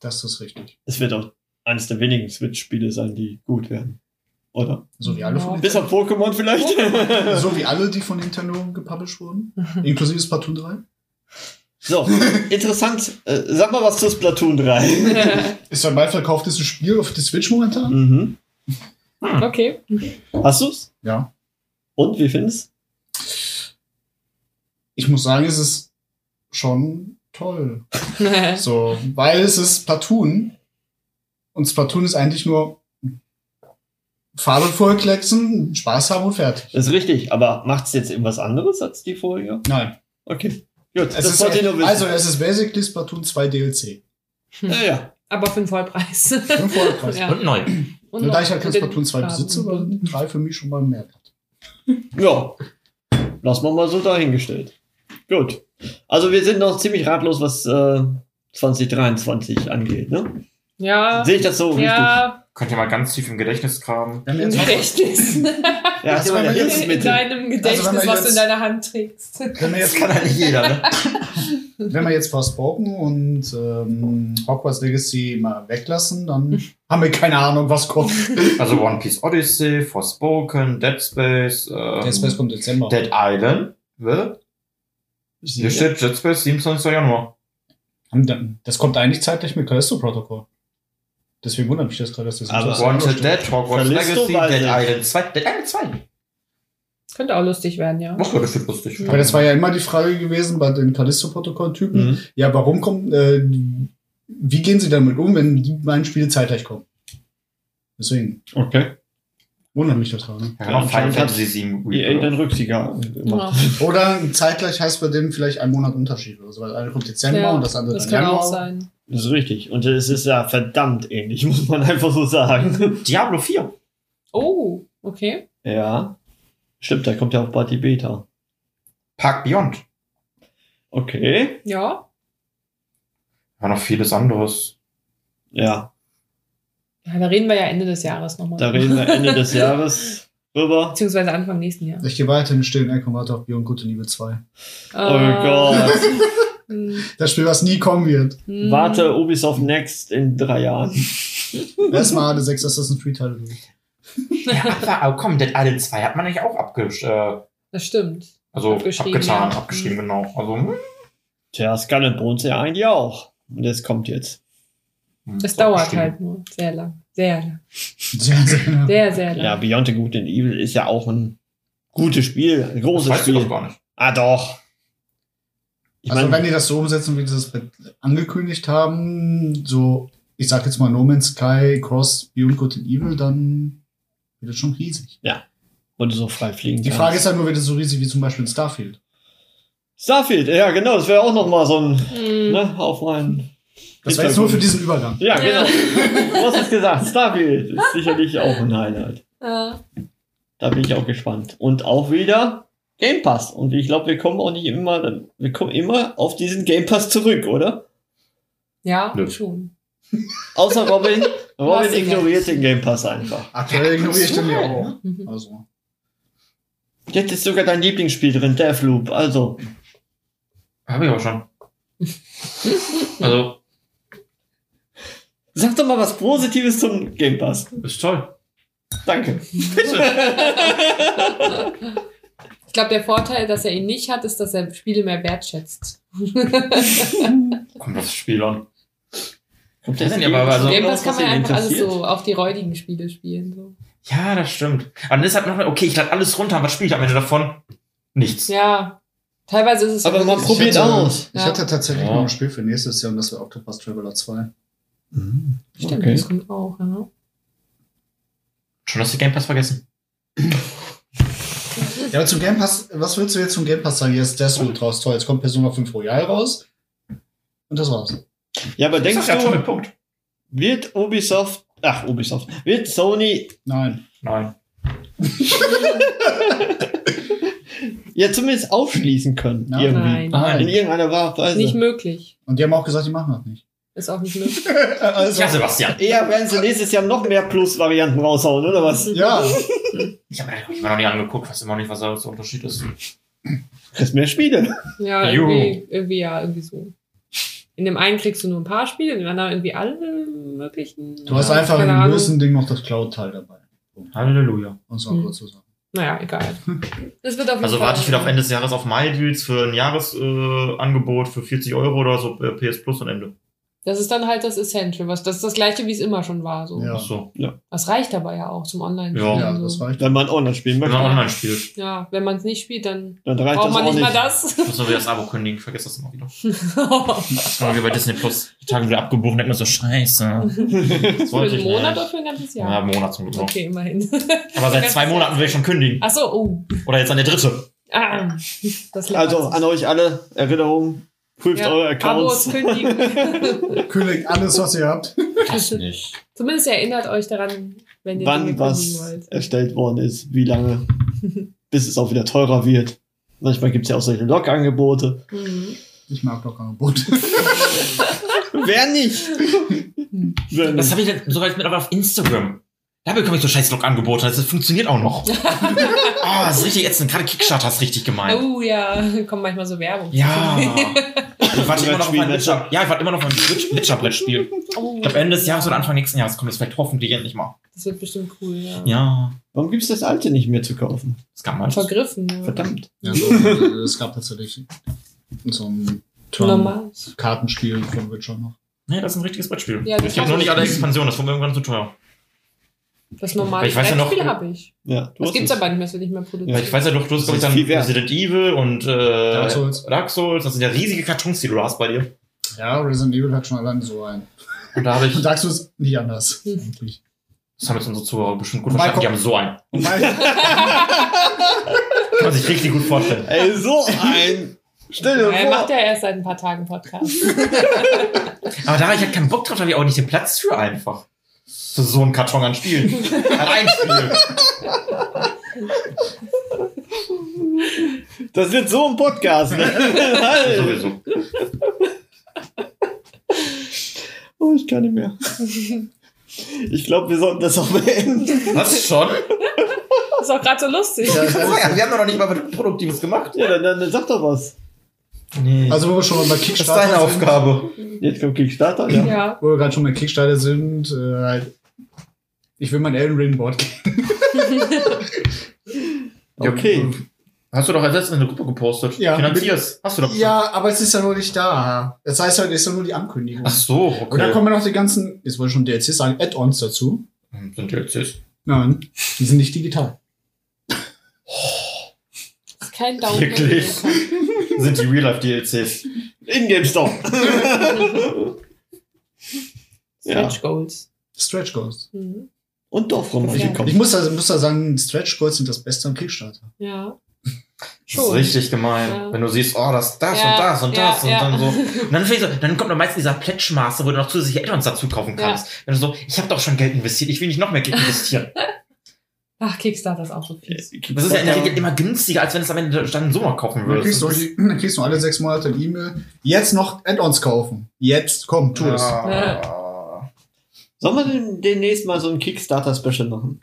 S6: Das ist richtig.
S3: Es wird auch eines der wenigen Switch-Spiele sein, die gut werden. Oder?
S6: So wie alle
S5: Ja.
S6: von
S3: Bis auf Pokémon vielleicht.
S6: so wie alle, die von Nintendo gepublished wurden,
S5: Mhm.
S6: inklusive Splatoon 3.
S3: so, interessant. Äh, sag mal was zu Splatoon 3.
S6: Ist dein Beiverkauf dieses Spiel auf die Switch momentan?
S3: mhm.
S5: okay.
S3: Hast du's?
S6: Ja.
S3: Und wie findest
S6: Ich muss sagen, es ist schon toll. So, weil es ist Splatoon. Und Splatoon ist eigentlich nur Farbe vollklecksen, Spaß haben und fertig.
S3: Das ist richtig, aber macht's jetzt irgendwas anderes als die vorige?
S6: Nein.
S3: Okay. Gut,
S6: Es
S3: das
S6: ist,
S3: wollte ich nur wissen.
S6: also, es ist basically Splatoon 2 DLC.
S3: ja, ja.
S5: Aber für den Vollpreis.
S6: Nur Vollpreis.
S5: Ja.
S4: Und neu.
S5: Und
S6: Nur
S5: noch
S6: da ich halt kein
S5: den
S6: Splatoon 2
S5: Farben.
S6: besitze, war 3 für mich schon mal mehr. wert.
S3: ja. Lass mal mal so dahingestellt. Gut. Also wir sind noch ziemlich ratlos, was äh, 2023 angeht. Ne?
S5: Ja.
S3: Sehe ich das so richtig?
S5: Ja,
S4: Könnt ihr mal ganz tief im Gedächtnis kramen.
S6: Wenn wir
S5: im
S6: jetzt Hogwarts-
S5: Gedächtnis.
S3: Ja, hast du meine
S6: Also wenn wir jetzt
S5: In
S3: Hilfsmittel.
S5: deinem Gedächtnis,
S6: wenn wir
S5: was du in
S6: jetzt-
S5: deiner Hand trägst.
S6: wenn wir jetzt
S4: kann eigentlich jeder, ne?
S6: Wenn wir jetzt Forspoken und ähm, Hogwarts Legacy mal weglassen, dann haben wir keine Ahnung, was kommt.
S4: Also One Piece Odyssey, Forspoken, Dead Space, ähm,
S6: Dead Space kommt Dezember.
S4: Dead Island. Will? Hier steht Dead Space 27. Januar.
S6: Haben dann- Das kommt eigentlich zeitgleich mit Callisto Protocol. Deswegen wundert mich das gerade, dass das
S3: Aber
S6: das
S4: Wanted Dead, Hogwarts
S3: Verlisto
S4: Legacy,
S3: weiß
S4: Dead
S3: ich.
S4: Island 2. Dead Island 2.
S5: Könnte auch lustig werden, ja.
S4: Woche, das wird lustig.
S6: Weil das war ja immer die Frage gewesen bei den Callisto Protocol Typen.
S3: Mhm.
S6: Ja, warum kommt, äh, wie gehen sie damit um, wenn die beiden Spiele zeitgleich kommen? Deswegen
S3: Okay.
S6: wundert mich das gerade.
S4: Ja, genau, Final
S3: anscheinend
S4: Fantasy
S3: hat
S4: 7
S3: EA dann
S4: Reaper.
S3: Rücksieger gemacht.
S6: Oder zeitgleich heißt bei denen vielleicht ein Monat Unterschied oder so, weil eine kommt Dezember
S5: Ja,
S6: und das andere
S5: Das
S6: dann
S5: kann auch
S6: Januar.
S5: sein.
S3: Das ist richtig. Und es ist ja verdammt ähnlich, muss man einfach so sagen.
S4: Diablo 4.
S5: Oh, okay.
S3: ja. Stimmt, da kommt ja auch bald die Beta.
S4: Park Beyond.
S3: Okay.
S5: Ja.
S4: War noch vieles anderes.
S3: Ja.
S5: ja. Da reden wir ja Ende des Jahres nochmal.
S3: Da reden wir Ende des Jahres drüber.
S5: Beziehungsweise Anfang nächsten Jahres.
S6: Ich gehe weiter in den stillen Eck und warte auf Beyond Gute Liebe 2.
S3: Oh
S5: Äh,
S3: Gott.
S5: hm,
S6: Das Spiel, was nie kommen wird.
S3: Warte, Ubisoft Next in drei Jahren.
S6: Erstmal alle sechs Assassin's Creed Teile durch.
S4: Ja, aber aber oh, komm, Dead Island 2 hat man eigentlich auch abgesch äh,
S5: Das stimmt.
S4: also
S5: Abgeschrieben,
S4: abgetan,
S5: ja.
S4: abgeschrieben, genau. Also, hm,
S3: Tja, Scarlet wohnt ja eigentlich auch. Und das kommt jetzt.
S4: hm,
S5: Das dauert halt nur sehr lang. Sehr lang.
S6: Sehr, sehr nah.
S5: Sehr, sehr lang.
S3: Ja, Beyond the Good and Evil ist ja auch ein gutes Spiel, ein
S4: Das
S3: großes
S4: weißt du doch
S3: Spiel.
S4: gar nicht.
S3: Ah, doch. Ich
S6: also wenn
S3: meine,
S6: die das so umsetzen, wie sie das angekündigt haben, so, ich sag jetzt mal No Man's Sky, Cross, Beyond Good and Evil, dann wird das schon riesig.
S3: und so frei fliegen
S6: Die Frage ist halt nur, wird es so riesig wie zum Beispiel in Starfield?
S3: Starfield, ja genau, das wäre auch noch mal so ein,
S5: Hm.
S3: ne, auf meinen
S6: Mhm. Das wäre jetzt nur für diesen Übergang.
S3: Ja, genau.
S5: Ja.
S3: du hast es gesagt, Starfield ist sicherlich auch ein Highlight.
S5: Ja.
S3: Da bin ich auch gespannt. Und auch wieder Game Pass. Und ich glaube, wir kommen auch nicht immer, wir kommen immer auf diesen Game Pass zurück, oder?
S5: Ja,
S4: Nö.
S5: schon.
S3: Außer Robin. Robin
S5: Was denn
S3: ignoriert den Game Pass einfach.
S6: Aktuell ignoriere ich den ja
S5: Absolut.
S6: auch.
S5: Mhm.
S6: Also,
S3: Jetzt ist sogar dein Lieblingsspiel drin, Deathloop. Also,
S4: Habe ich aber schon. also,
S3: sag doch mal was Positives zum Game Pass.
S4: ist toll.
S3: Danke.
S5: Ich glaube, der Vorteil, dass er ihn nicht hat, ist, dass er Spiele mehr wertschätzt.
S4: Kommt das Spiel an.
S3: Kommt
S4: Ja, aber- aber so-
S5: Game
S3: raus,
S5: Pass kann
S3: was
S5: man
S3: ihn
S5: einfach alles
S3: interessiert?
S5: so auf die räudigen Spiele spielen. So.
S4: Ja, das stimmt. Aber dann ist halt noch, okay, ich lade alles runter, was spiele ich am Ende davon? Nichts.
S5: Ja, teilweise ist es. halt
S3: Aber man
S5: wirklich-
S3: probiert
S6: hätte-
S3: aus.
S6: ich
S5: Ja.
S6: hatte tatsächlich
S4: Ja.
S6: noch ein Spiel für nächstes Jahr und das wäre Octopath Traveler 2.
S5: Stimmt,
S3: Okay.
S5: das kommt auch. Ja.
S4: Schon hast du Game Pass vergessen.
S6: Ja, aber zum Game Pass, was willst du jetzt zum Game Pass sagen? Jetzt ist
S5: Mhm.
S6: Deathloop raus, toll. Jetzt kommt Persona 5 Royal raus. Und das war's.
S3: Ja, aber denkst
S4: Denkst das ist ja toll,
S3: du,
S4: Punkt.
S3: wird Ubisoft, ach, Ubisoft, wird Sony
S6: Nein.
S4: Nein.
S3: ja zumindest aufschließen können?
S6: Nein.
S3: irgendwie.
S5: Nein,
S3: In
S6: Nein.
S3: irgendeiner
S4: Also.
S3: Weise.
S5: nicht möglich.
S6: Und die haben auch gesagt, die machen das nicht.
S5: Ist auch nicht möglich.
S6: also,
S4: Ja, Sebastian.
S3: Eher werden sie nächstes Jahr noch mehr Plus-Varianten raushauen, oder was?
S6: ja.
S4: Ich habe mir hab ich mir noch nicht angeguckt, weiß immer noch nicht, was da der Unterschied ist.
S3: Das mehr Spiele.
S5: Ja,
S4: Juhu.
S5: irgendwie, irgendwie ja, irgendwie so. In dem einen kriegst du nur ein paar Spiele, in dem anderen irgendwie alle möglichen.
S6: Du hast
S5: Ja,
S6: einfach in
S5: keine
S6: dem
S5: Ahnung.
S6: bösen Ding noch das Cloud-Teil dabei.
S4: Halleluja.
S6: Um es mal
S5: Hm.
S6: kurz zu sagen.
S5: Naja, egal. Das wird auf jeden
S4: Also
S5: Fall-
S4: warte ich wieder auf Ende des Jahres auf MyDeals für ein Jahresangebot äh, Angebot für 40 Euro oder so äh, PS Plus und Ende.
S5: Das ist dann halt das Essential. Was, das ist das gleiche, wie es immer schon war. So.
S6: Ja.
S4: Ach so.
S5: Das reicht dabei ja auch zum online
S4: Ja.
S6: Ja,
S5: so.
S6: das reicht.
S3: Wenn man online spielen
S4: Wenn
S3: möchte,
S4: man online spielt,
S5: ja, wenn man es nicht spielt, dann
S3: dann reicht
S5: braucht
S3: das
S5: man
S3: auch
S5: nicht,
S3: nicht.
S5: mal das.
S4: müssen wir wieder das Abo kündigen. Vergesst das immer wieder. Das war wie bei Disney Plus. Die Tage wieder abgebucht, denkt man so, scheiße. Das
S5: für
S4: wollte
S5: einen
S4: ich
S5: Monat oder
S4: nicht.
S5: für ein ganzes
S4: Ja, ja
S5: Jahr?
S4: einen Monat zum Glück noch.
S5: Okay, immerhin.
S4: Aber seit zwei Monaten will ich schon kündigen.
S5: Ach so, oh.
S4: Oder jetzt an der dritte.
S5: Ah, das läppert
S3: Also
S5: sich.
S3: an euch alle Erinnerungen. Prüft
S5: Ja,
S3: eure
S5: Abos
S3: Accounts.
S5: kündigen.
S6: Kündigt alles, was ihr habt.
S4: Das nicht.
S5: Also, Zumindest erinnert euch daran, wenn ihr Dinge
S3: Wann
S5: kündigen
S3: was
S5: wollt.
S3: erstellt worden ist, wie lange, bis es auch wieder teurer wird. Manchmal gibt es ja auch solche Log-Angebote.
S5: Mhm.
S6: Ich mag doch Angebot.
S3: Wer nicht? Wer
S4: Das
S3: nicht?
S4: habe ich jetzt sogar jetzt mittlerweile auf Instagram. Da bekomme ich so scheiß Log-Angebote. Das funktioniert auch noch. Ah, das ist richtig ätzend. Gerade Kickstarter ist richtig gemeint.
S5: Oh ja, kommt manchmal so Werbung.
S4: Ja. Ich warte immer noch auf mein
S3: Brettspiel,
S4: Witcher. Ja, ich warte immer noch auf mein Witch- Witcher-Brettspiel. Ich
S5: Oh,
S4: glaube, Ende des Jahres oder Anfang nächsten Jahres kommt das vielleicht hoffentlich endlich mal.
S5: das wird bestimmt cool. Ja.
S4: Ja.
S3: Warum gibt es das alte nicht mehr zu kaufen?
S4: Das halt. kann man.
S5: Vergriffen. Ja.
S3: Verdammt.
S6: ja, so, äh, es gab tatsächlich so ein Turn
S5: Normal.
S6: Kartenspiel von Witcher noch.
S4: Nee, das ist ein richtiges Brettspiel.
S5: Ja, das
S4: ich habe
S5: kann
S4: nur nicht
S5: ich.
S4: alle Expansionen. Das wurde mir irgendwann zu teuer.
S5: Das normale
S4: Ich weiß ja noch-
S5: Brettspiel habe ich.
S3: Ja, du
S5: Das
S3: hast
S5: gibt's
S3: es.
S5: aber nicht mehr, das wird nicht mehr produziert.
S4: Weil ich weiß ja doch, du hast
S3: Das
S4: glaub ich,
S3: ist
S4: dann
S3: viel wert.
S4: Resident Evil und äh, Dark,
S6: Souls.
S4: Dark Souls. Das sind ja riesige Kartons, die du hast bei dir.
S6: Ja, Resident Evil hat schon allein so einen.
S4: Und da habe ich,
S6: Und
S4: das
S6: Dark Souls nicht anders.
S5: Hm.
S6: Eigentlich.
S4: haben jetzt unsere Zuhörer bestimmt gut
S6: Wobei,
S4: verstanden, die
S6: komm-
S4: haben so einen.
S6: Wobei,
S4: Kann man sich richtig gut vorstellen.
S3: Ey, so ein. Stell dir
S5: Er macht
S3: vor.
S5: ja erst seit ein paar Tagen Podcast.
S4: Aber da ich halt keinen Bock drauf, habe ich auch nicht den Platz für einfach. Für so einen Karton an Spielen. an ein Spiel.
S3: Das wird so ein Podcast. Ne?
S4: Sowieso.
S3: oh, ich kann nicht mehr. Ich glaube, wir sollten das auch beenden.
S4: Was schon?
S5: ist auch gerade so lustig.
S4: Ja, wir haben doch noch nicht mal was Produktives gemacht.
S3: Ja, dann, dann, dann sag doch was.
S4: Nee.
S6: also, wo wir schon bei
S4: das ist
S6: Kickstarter
S4: deine
S6: sind,
S4: Aufgabe.
S3: Jetzt kommt Kickstarter, ja.
S5: Ja.
S6: wo wir gerade schon bei Kickstarter sind, äh, halt, ich will mein Elden Ring Board
S3: Okay.
S4: Mhm.
S6: Äh,
S4: Hast du doch ersetzt in eine Gruppe gepostet.
S6: Ja.
S4: Finanzier's. Hast du doch.
S6: Ja, aber es ist ja nur nicht da. Das heißt halt, es ist ja nur die Ankündigung.
S4: Ach so, okay.
S6: Und dann kommen noch die ganzen, jetzt wollte ich schon DLCs sagen, Add-ons dazu.
S4: Hm, Sind DLCs.
S6: Nein, die sind nicht digital.
S5: Das ist kein
S4: Wirklich?
S5: Download.
S4: Sind die Real-Life-DLCs.
S3: In-game Store. ja.
S5: Stretch Goals.
S6: Stretch Goals.
S5: Mhm.
S3: Und Dorfromantik
S5: Ja.
S3: kommt.
S6: Ich muss da, muss da sagen, Stretch Goals sind das Beste am Kickstarter.
S5: Ja.
S4: Das ist richtig gemein.
S5: Ja.
S4: Wenn du siehst, oh, das, das
S5: Ja,
S4: und das und
S5: ja,
S4: das und
S5: ja.
S4: dann so. Und dann, finde ich so, dann kommt noch meistens dieser Plätschmaße, wo du noch zusätzliche Add-ons dazu kaufen
S5: Ja.
S4: kannst. Wenn du so, ich habe doch schon Geld investiert, ich will nicht noch mehr Geld investieren.
S5: Ach, Kickstarter ist auch so fies.
S4: Das ist ja in der Regel immer günstiger, als wenn es am Ende dann so mal kaufen
S6: Dann kriegst,
S4: würdest.
S6: du, dann kriegst du alle sechs Monate ein E-Mail. Jetzt noch Add-ons kaufen. Jetzt, komm, tu es.
S4: Ah.
S3: Sollen wir denn demnächst mal so ein Kickstarter-Special machen?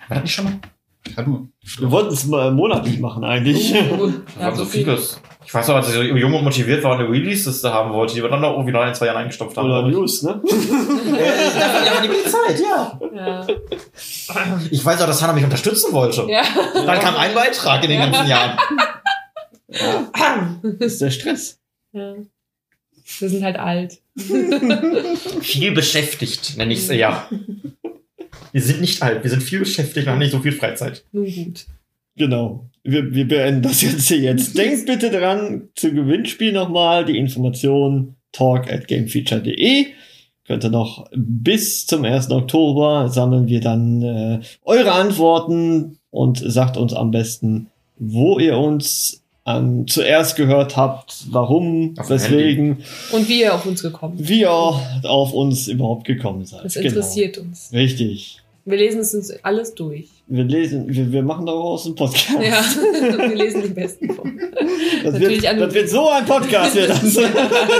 S4: Haben wir das nicht schon mal?
S6: Ja, du.
S3: Wir wollten es mal monatlich machen eigentlich.
S5: Uh,
S4: Wir
S5: ja,
S4: haben so vieles. Ich weiß noch, als ich so jung und motiviert war und eine Release-Liste haben wollte, die wir dann noch irgendwie noch in zwei Jahren eingestopft haben.
S3: Oder News, ne?
S4: ja, die Bildzeit, ja.
S5: Ja.
S4: Ich weiß auch, dass Hannah mich unterstützen wollte.
S5: ja.
S4: Dann kam ein Beitrag in den ganzen Jahren.
S3: Das ist der Stress.
S5: ja. Wir sind halt alt.
S4: Viel beschäftigt, nenne ich es ja. Wir sind nicht alt, wir sind viel beschäftigt und haben nicht so viel Freizeit.
S5: Nun gut.
S3: Genau. Wir, wir beenden das jetzt hier jetzt. Denkt bitte dran, zu Gewinnspiel nochmal die Informationen talk at gamefeature.de. Könnt ihr noch bis zum 1. Oktober sammeln wir dann äh, eure Antworten und sagt uns am besten, wo ihr uns ähm, zuerst gehört habt, warum,
S4: Auf dem
S3: weswegen,
S5: Und wie ihr auf uns gekommen seid.
S3: wie ihr auf uns überhaupt gekommen seid.
S5: Das
S3: Genau.
S5: interessiert uns.
S3: Richtig.
S5: Wir lesen es uns alles durch.
S3: Wir lesen, wir, wir machen daraus einen Podcast.
S5: Ja, wir lesen die besten vor.
S3: Das
S5: Natürlich
S3: wird,
S5: an-
S3: das wird so ein Podcast, wird das.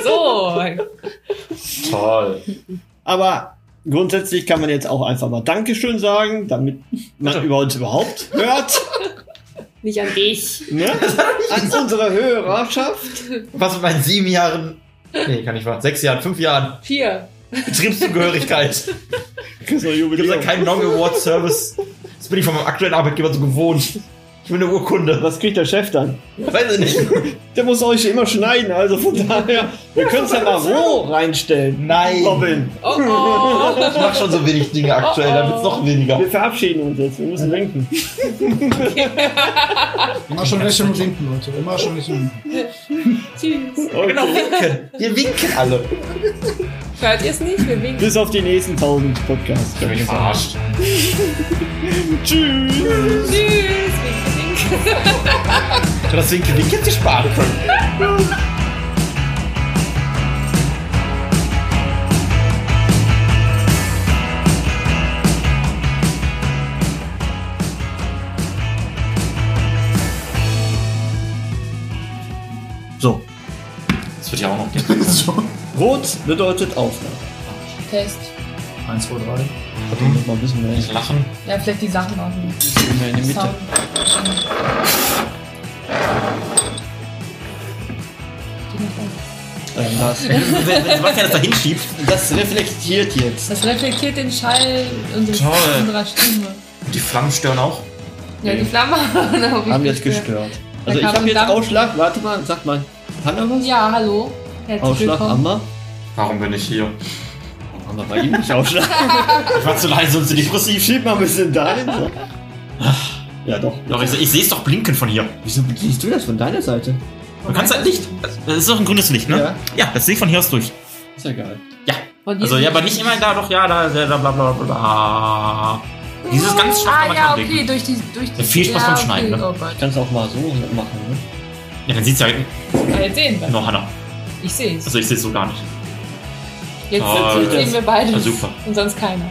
S5: so.
S4: Toll.
S3: Aber grundsätzlich kann man jetzt auch einfach mal Dankeschön sagen, damit man über uns überhaupt hört,
S5: Nicht an dich.
S3: ne? an unsere Hörerschaft.
S4: Was mit meinen sieben Jahren. Nee, kann ich wahr. Sechs Jahren, fünf Jahren.
S5: Vier.
S4: Betriebszugehörigkeit.
S3: Christoph
S4: Ich habe
S3: Jubiläum.
S4: keinen Non-Award-Service. Das bin ich von meinem aktuellen Arbeitgeber so gewohnt. Ich will eine Urkunde.
S3: Was kriegt der Chef dann?
S4: Weiß ich nicht.
S3: Der muss euch immer schneiden, also von daher, wir können es ja mal roh reinstellen.
S4: Nein.
S3: Robin,
S5: Oh, oh.
S4: Ich mache schon so wenig Dinge aktuell,
S5: Oh, oh.
S4: dann wird's noch weniger.
S3: wir verabschieden uns jetzt, wir müssen denken.
S6: Immer schon welche mit Linken, Leute. Immer schon welche mit Linken.
S5: Tschüss.
S4: Genau, winken. Wir winken alle.
S5: Hört ihr es nicht? Wir winken.
S3: Bis auf die nächsten 1000 Podcasts.
S4: Ich bin mich verarscht.
S3: Tschüss.
S5: Tschüss. Winken, winken.
S4: Das Winken, Winken hätte ich sparen können.
S3: So,
S4: Das wird ja auch noch gehen.
S6: So.
S3: rot bedeutet Aufnahme.
S5: Test.
S6: Eins, zwei, drei.
S3: Verdammt, noch mal ein bisschen mehr.
S4: Lachen.
S5: Ja, vielleicht die Sachen auch nicht.
S3: Immer in die Mitte.
S5: Sound.
S3: Ähm, das,
S4: Wenn wenn Sebastian das da hinschiebt.
S3: das reflektiert jetzt.
S5: Das reflektiert den Schall unseres,
S4: Toll.
S5: unserer Stimme.
S4: Die Flammen stören auch.
S5: Ja, die Flamme.
S3: Haben jetzt gestört. Also ich
S5: kam
S3: habe
S5: ein
S3: jetzt
S5: Dampf.
S3: Ausschlag. Warte mal, sag mal. Kann er was?
S5: Ja, hallo. Herzlich
S3: Ausschlag,
S5: willkommen.
S3: Amber?
S4: Warum bin ich hier?
S3: Amber bei ihm nicht Ausschlag.
S4: Ich war zu leise um und zu depressiv.
S3: Schieb mal ein bisschen dahin. So. Ach, Ah, Ja doch.
S4: Doch, ich, ich sehe es doch blinken von hier.
S3: Wieso siehst du das von deiner Seite?
S4: Du kannst halt Licht. Das ist doch ein grünes Licht, ne? Ja, das sehe ich von hier aus durch.
S3: Ist ja geil.
S4: Ja.
S5: Von hier
S4: Also, ja, aber nicht immer da, doch, ja, da, da, da, bla, bla, bla. Dieses ganz schwach,
S5: Ah,
S4: aber
S5: ja,
S4: kein
S5: okay,
S4: Blick.
S5: durch die. Durch die
S4: Viel Spaß
S5: ja,
S4: beim Schneiden, ne?
S5: Oh Gott.
S3: Kannst auch mal so machen. Ne?
S4: Ja, dann sieht's ja
S5: Ja, jetzt sehen wir.
S4: nur Hannah.
S5: Ich sehe es.
S4: Also, ich sehe es so gar nicht.
S5: Jetzt
S4: Ah,
S5: jetzt sehen
S3: das-
S5: wir beide.
S4: Ja, super.
S5: Und sonst keiner.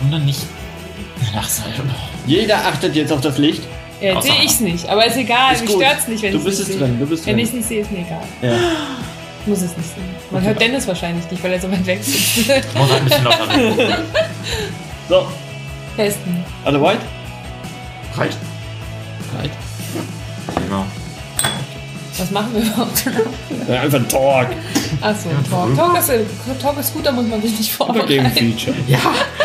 S4: Und dann nicht. Ach, sei
S3: Jeder achtet jetzt auf das Licht.
S5: Ja, jetzt
S4: Außer
S5: sehe
S4: Hannah.
S5: ich es nicht. Aber ist egal.
S3: Ist
S5: Mich
S3: gut.
S5: stört es nicht, wenn
S3: Du
S5: ich's
S3: bist
S5: nicht
S3: es
S5: sehe.
S3: drin. Du bist
S5: Wenn ich es
S3: drin.
S5: nicht sehe, ist mir egal.
S3: Ja.
S5: Ich muss es nicht sehen. Man
S3: Okay.
S5: hört Dennis wahrscheinlich nicht, weil er so weit weg sitzt.
S4: Muss halt ein bisschen lauter reden.
S3: So,
S5: Testen.
S3: alle white?
S4: Breit.
S3: Right.
S4: Genau.
S5: Was was machen wir überhaupt?
S3: Ja, einfach ein Talk.
S5: Achso, Talk. Talk, ist- äh, Talk ist gut, da muss man sich nicht
S3: Einfach gegen
S5: vorbereiten.
S3: Feature.
S4: Ja,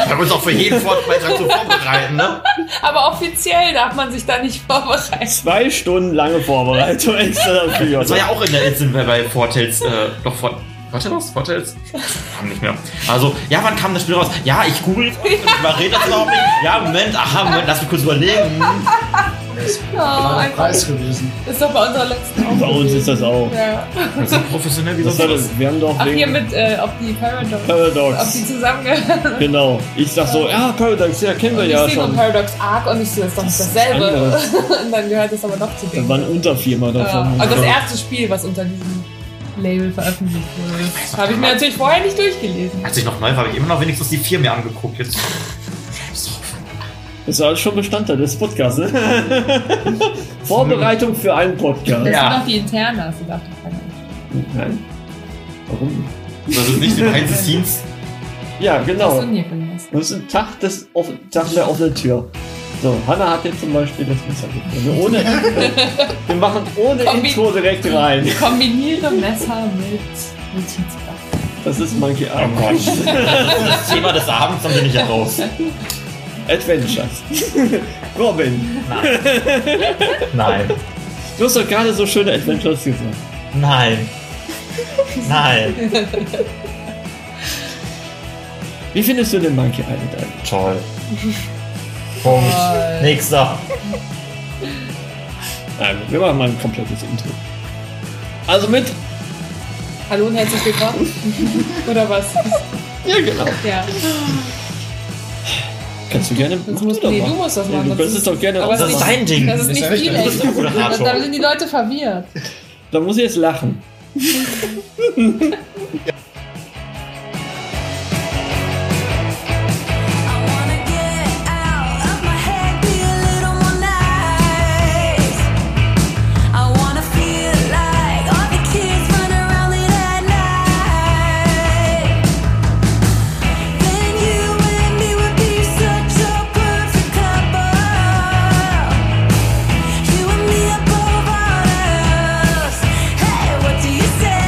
S4: da muss auch für jeden Fortbeitrag so vorbereiten, ne?
S5: Aber offiziell darf man sich da nicht vorbereiten.
S3: Zwei Stunden lange Vorbereitung extra dafür.
S4: Das war ja auch in der letzten bei, bei Fortales, äh, doch Fort. Warte was? Fortales? Kam nicht mehr. Also, ja, wann kam das Spiel raus? Ja, ich google es. Man redet das überhaupt nicht. Ja, Moment, aha, Moment, lass mich kurz überlegen.
S5: Oh,
S6: ein
S5: einfach-
S6: Preis gewesen.
S5: das ist doch bei unserer letzten auch.
S3: Bei uns ist das auch.
S5: Ja.
S4: So professionell wie
S3: Das
S4: sonst
S3: war
S4: was.
S3: das, wir haben doch
S5: Ach, hier
S3: wegen
S5: mit, äh, auf die Paradox. Auf die
S3: Paradox.
S5: zusammengehören.
S3: Genau. Ich sag so, ja, Paradox, ja, kennen wir
S5: Und
S3: ja
S5: ich sehe nur
S3: schon.
S5: Paradox Arc und ich sehe, das ist doch nicht dasselbe.
S3: Anderes.
S5: Und dann gehört das aber doch zu
S3: Da
S5: dem.
S3: war eine Unterfirma
S5: Ja. Also-
S3: davon.
S5: Und das erste Spiel, was unter diesem Label veröffentlicht wurde. Das habe ich mir natürlich vorher nicht durchgelesen.
S4: Als ich noch neu war, habe ich immer noch wenigstens die vier mir angeguckt. Jetzt.
S3: Das war schon Bestandteil des Podcasts. Ne? Vorbereitung für einen Podcast.
S5: Das
S4: Ja.
S5: sind doch die Internas, die darf doch keiner.
S3: Nein. Warum?
S4: Das ist nicht die behind the scenes.
S3: Ja,
S5: Was
S6: Oh.
S3: genau.
S5: sind hier für ein Nest?
S3: Das ist ein Tag, des, auf, Tag der offenen Tür. So, Hanna hat jetzt zum Beispiel das Messer gefunden. Also Ohne, wir machen ohne
S5: Kombi-
S3: Intro direkt rein.
S5: Kombiniere Messer mit Notizblatt.
S3: Das ist Monkey Island.
S4: Oh
S5: Oh
S4: Das Thema des Abends, dann bin ich ja raus.
S3: Adventures. Robin,
S4: Nein.
S3: du hast doch gerade so schöne Adventures gesagt.
S4: Nein. Nein.
S3: Wie findest du den Monkey Island eigentlich?
S4: Toll. Punkt.
S5: Toll.
S4: Nächster.
S3: Nein, wir machen mal ein komplettes Intro. Also mit.
S5: Hallo und herzlich willkommen. Oder was?
S3: Ja, genau.
S5: Ja.
S3: Kannst du gerne.
S5: Das musst, nee, du musst das
S3: Ja, du
S5: machen. sonst
S3: kannst es doch gerne
S5: aber
S3: auch
S5: das
S4: Das
S5: ist
S4: ist
S5: nicht,
S4: dein Ding.
S5: Das ist
S6: Ist
S5: nicht
S6: ja recht,
S5: viel,
S6: das
S4: ist der gute
S5: Da,
S4: Hardshop.
S5: da sind die Leute verwirrt.
S3: Da muss ich jetzt lachen.
S7: Hey, what do you say?